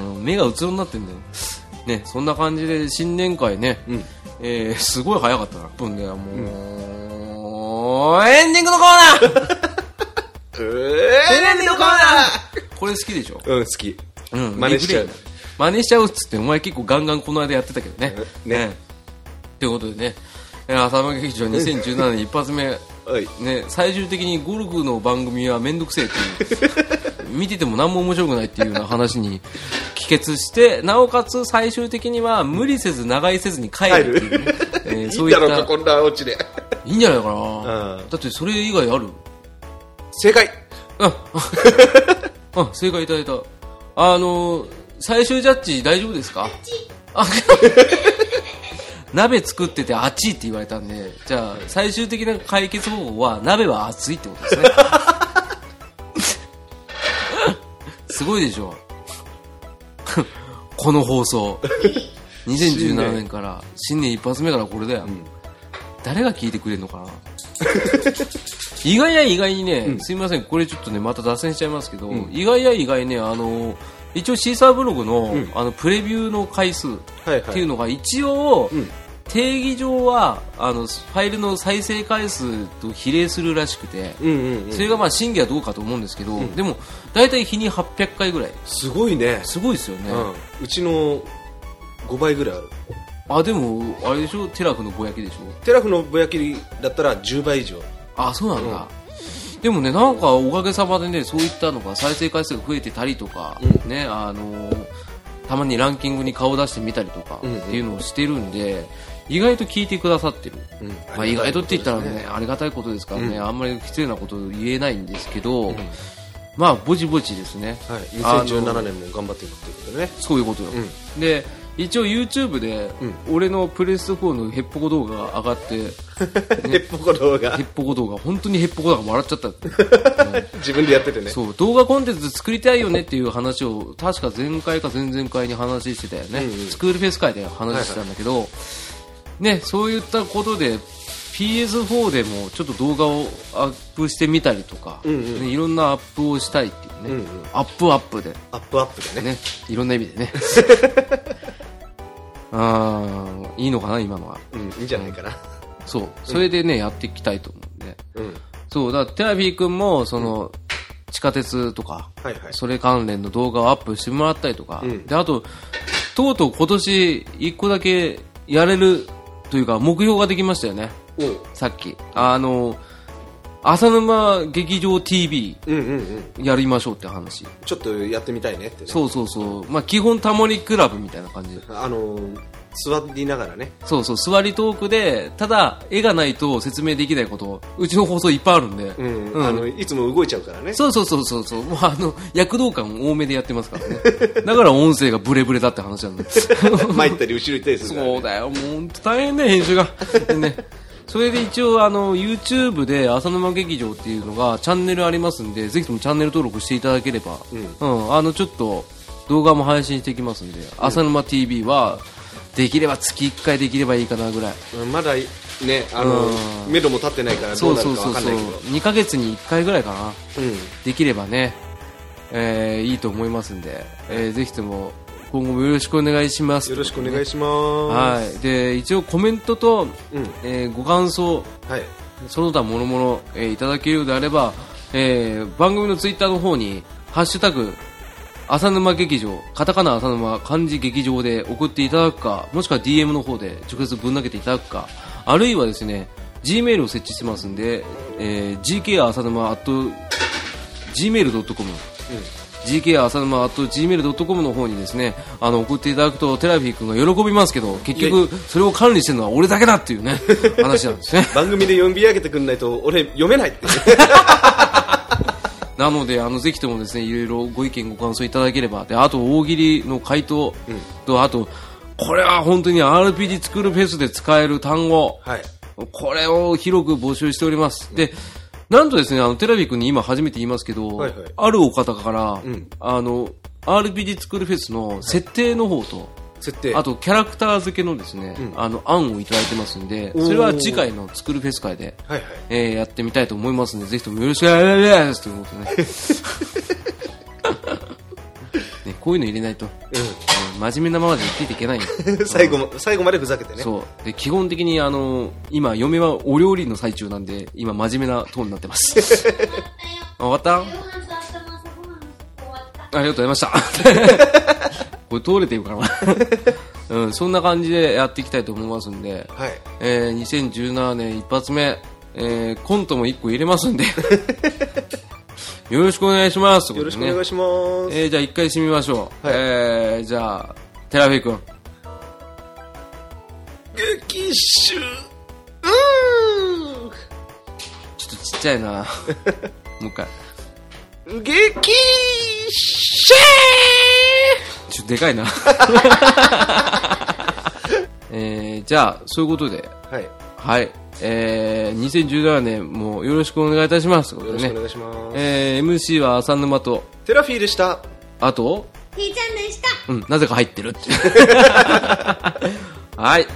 Speaker 2: うん目がうつろになってんだよ、ね、そんな感じで、新年会ね、えーすごい早かったな、分で、もう、エンディングのコ ーナー、
Speaker 1: うえ
Speaker 2: ンディングのコーナー、これ好きでしょ、
Speaker 1: ーうん好き
Speaker 2: うん
Speaker 1: 真似しちゃう
Speaker 2: リプレイ真似しちゃうっつってお前結構ガンガンこの間やってたけどね
Speaker 1: うんね
Speaker 2: ということでねえー浅間劇場2017年一発目
Speaker 1: はい
Speaker 2: ね、最終的にゴルフの番組は面倒くせえって いう見てても何も面白くないっていうような話に帰結してなおかつ最終的には無理せず長居せずに帰るって いうね、えー
Speaker 1: いい
Speaker 2: そ
Speaker 1: ん
Speaker 2: うい
Speaker 1: だ
Speaker 2: っ
Speaker 1: ろうか
Speaker 2: た
Speaker 1: こんなオチで
Speaker 2: いいんじゃないかな、
Speaker 1: うん
Speaker 2: だってそれ以外ある
Speaker 1: 正解
Speaker 2: あ、正解いただいた。あのー、最終ジャッジ大丈夫ですかあ鍋作ってて熱いって言われたんで、じゃあ最終的な解決方法は鍋は熱いってことですね。すごいでしょ。この放送。2017年から、新年一発目からこれだよ。誰が聞いてくれるのかな意外や意外にね、すいません、これちょっとね、また脱線しちゃいますけど、意外や意外ね、あの、一応シーサーブログの、あの、プレビューの回数っ
Speaker 1: はい
Speaker 2: ていうのが、一応、
Speaker 1: ん
Speaker 2: 定義上は、あの、ファイルの再生回数と比例するらしくて、
Speaker 1: うんうんうん
Speaker 2: それがまあ審議はどうかと思うんですけど、でも大体日に800回ぐらい
Speaker 1: すごいね
Speaker 2: すごいですよね、
Speaker 1: うんうちの5倍ぐらいある
Speaker 2: あでもあれでしょテラフのぼやきでしょ
Speaker 1: テラフのぼやきだったら10倍以上
Speaker 2: あそうなんだ、でもねなんかおかげさまでねそういったのが再生回数が増えてたりとか、ねあのーたまにランキングに顔出してみたりとかって
Speaker 1: うんうん
Speaker 2: いうのをしてるんで、意外と聞いてくださってる、
Speaker 1: うん
Speaker 2: まあ、意外とって言ったらねありがたいことですからね、あんまり失礼なこと言えないんですけど、まあぼちぼちですね、
Speaker 1: はい
Speaker 2: あのー
Speaker 1: 2017年も頑張っていくっていうことでね
Speaker 2: そういうことよ、で一応 YouTube で俺のプレステ4のヘッポコ動画が上がって、
Speaker 1: ヘッポコ動画
Speaker 2: ヘッポコ動画本当にヘッポコだから笑っちゃった
Speaker 1: 自分でやっててね
Speaker 2: そう動画コンテンツ作りたいよねっていう話を確か前回か前々回に話してたよね、スクールフェス会で話してたんだけど、ね、そういったことで PS4 でもちょっと動画をアップしてみたりとか、ねいろんなアップをしたいっていうね、アップアップで
Speaker 1: アップアップでね
Speaker 2: ね、いろんな意味 でね。ああ、いいのかな、今のは。
Speaker 1: うんいいんじゃないかな
Speaker 2: そう。それでね、やっていきたいと思うんで。
Speaker 1: うん
Speaker 2: そう、だからテラフィー君も、その、地下鉄とか、
Speaker 1: はいはい
Speaker 2: それ関連の動画をアップしてもらったりとか、
Speaker 1: ん
Speaker 2: で、あと、とうとう今年、一個だけやれるというか、目標ができましたよね。
Speaker 1: うん
Speaker 2: さっき。あの、浅沼劇場 TV
Speaker 1: うんうんうん
Speaker 2: やりましょうって話。
Speaker 1: ちょっとやってみたいねってね
Speaker 2: そうそうそう。まあ、基本タモリクラブみたいな感じ。
Speaker 1: あのー座りながらね
Speaker 2: そうそう、座りトークで、ただ、絵がないと説明できないこと、うちの放送いっぱいあるんで。
Speaker 1: うん、
Speaker 2: うん
Speaker 1: あのいつも動いちゃうからね
Speaker 2: そうそうそうそうそう、もうあの、躍動感多めでやってますからね。だから音声がブレブレだって話なんで。
Speaker 1: 前行ったり後ろ行ったりするからね、
Speaker 2: そうだよ、もう本当大変だよ、編集が。ね。 それで一応、あの、YouTube で、浅沼劇場っていうのが、チャンネルありますんで、ぜひともチャンネル登録していただければ、うん、あの、ちょっと、動画も配信していきますんで、浅沼 TV は、できれば月1回できればいいかなぐらい。
Speaker 1: うんまだねあの
Speaker 2: う
Speaker 1: 目処も立ってないからど
Speaker 2: そうう
Speaker 1: な
Speaker 2: そ
Speaker 1: る
Speaker 2: う
Speaker 1: か
Speaker 2: そ
Speaker 1: 分
Speaker 2: う
Speaker 1: かん
Speaker 2: そ
Speaker 1: な
Speaker 2: う
Speaker 1: いけど
Speaker 2: 2ヶ月に1回ぐらいかな
Speaker 1: うん
Speaker 2: できればね、えーいいと思いますんで、えーぜひとも今後もよろしくお願いします
Speaker 1: よろしくお願いしま
Speaker 2: は
Speaker 1: す
Speaker 2: いで一応コメントと、
Speaker 1: うん
Speaker 2: えーご感想
Speaker 1: はい、
Speaker 2: その他諸々えーいただけるようであれば、えー番組のツイッターの方に「ハッシュタグ浅沼劇場」カタカナ浅沼漢字劇場で送っていただくかもしくは DM の方で直接ぶん投げていただくかあるいはですね G メールを設置してますんで、えー GK 浅沼 gmail.com GK 浅沼 gmail.com の方にですねあの送っていただくとテラフィー君が喜びますけど結
Speaker 1: いや
Speaker 2: 局それを管理してるのは俺だけだってい うね話なんですね
Speaker 1: 番組で呼び上げてくんないと俺読めないって
Speaker 2: なので、あのぜひともですねいろいろご意見、ご感想いただければ、であと大喜利の回答と、あと、これは本当に RPG 作るフェスで使える単語、
Speaker 1: はい
Speaker 2: これを広く募集しております。でなんとですね、あの、テラビ君に今初めて言いますけど、
Speaker 1: はいはい
Speaker 2: あるお方から、
Speaker 1: ん
Speaker 2: あの、RPG 作るフェスの設定の方と、
Speaker 1: 設定
Speaker 2: あとキャラクター付けのですね、
Speaker 1: ん
Speaker 2: あの、案をいただいてますんで、
Speaker 1: ー
Speaker 2: それは次回の作るフェス会で、
Speaker 1: はいはい
Speaker 2: えーやってみたいと思いますので、ぜひともよろしくお願いしますということでね。ね、こういうの入れないと、うん真面目なままで生きていけないよ
Speaker 1: 最後も最後までふざけてね
Speaker 2: そうで基本的にあの今嫁はお料理の最中なんで今真面目なトーンになってますあ終わった
Speaker 3: ご飯と明日の朝ご飯終わった。
Speaker 2: ありがとうございました。これ通れてるかな、うん、そんな感じでやっていきたいと思いますんで、
Speaker 1: はい
Speaker 2: えー2017年一発目、えーコントも1個入れますん で、よろしくお願いします。
Speaker 1: よろしくお願い
Speaker 2: し
Speaker 1: します、
Speaker 2: えーじゃあ一回締めましょう。
Speaker 1: はい
Speaker 2: えーじゃあ、テラフィー君。
Speaker 1: 激臭う
Speaker 2: ちょっとちっちゃ いなもう一回。
Speaker 1: ーん激臭
Speaker 2: ちょっと でかいなえーじゃあ、そういうことで、
Speaker 1: はいよ
Speaker 2: はい。えー、2017年もよろしくお願いいたします。よ
Speaker 1: ろしくお願いします、
Speaker 2: えー、MC は浅沼と、
Speaker 1: テラフィーでした
Speaker 2: あと、
Speaker 3: ひーちゃんでした。
Speaker 2: うん、なぜか入ってるって。はい。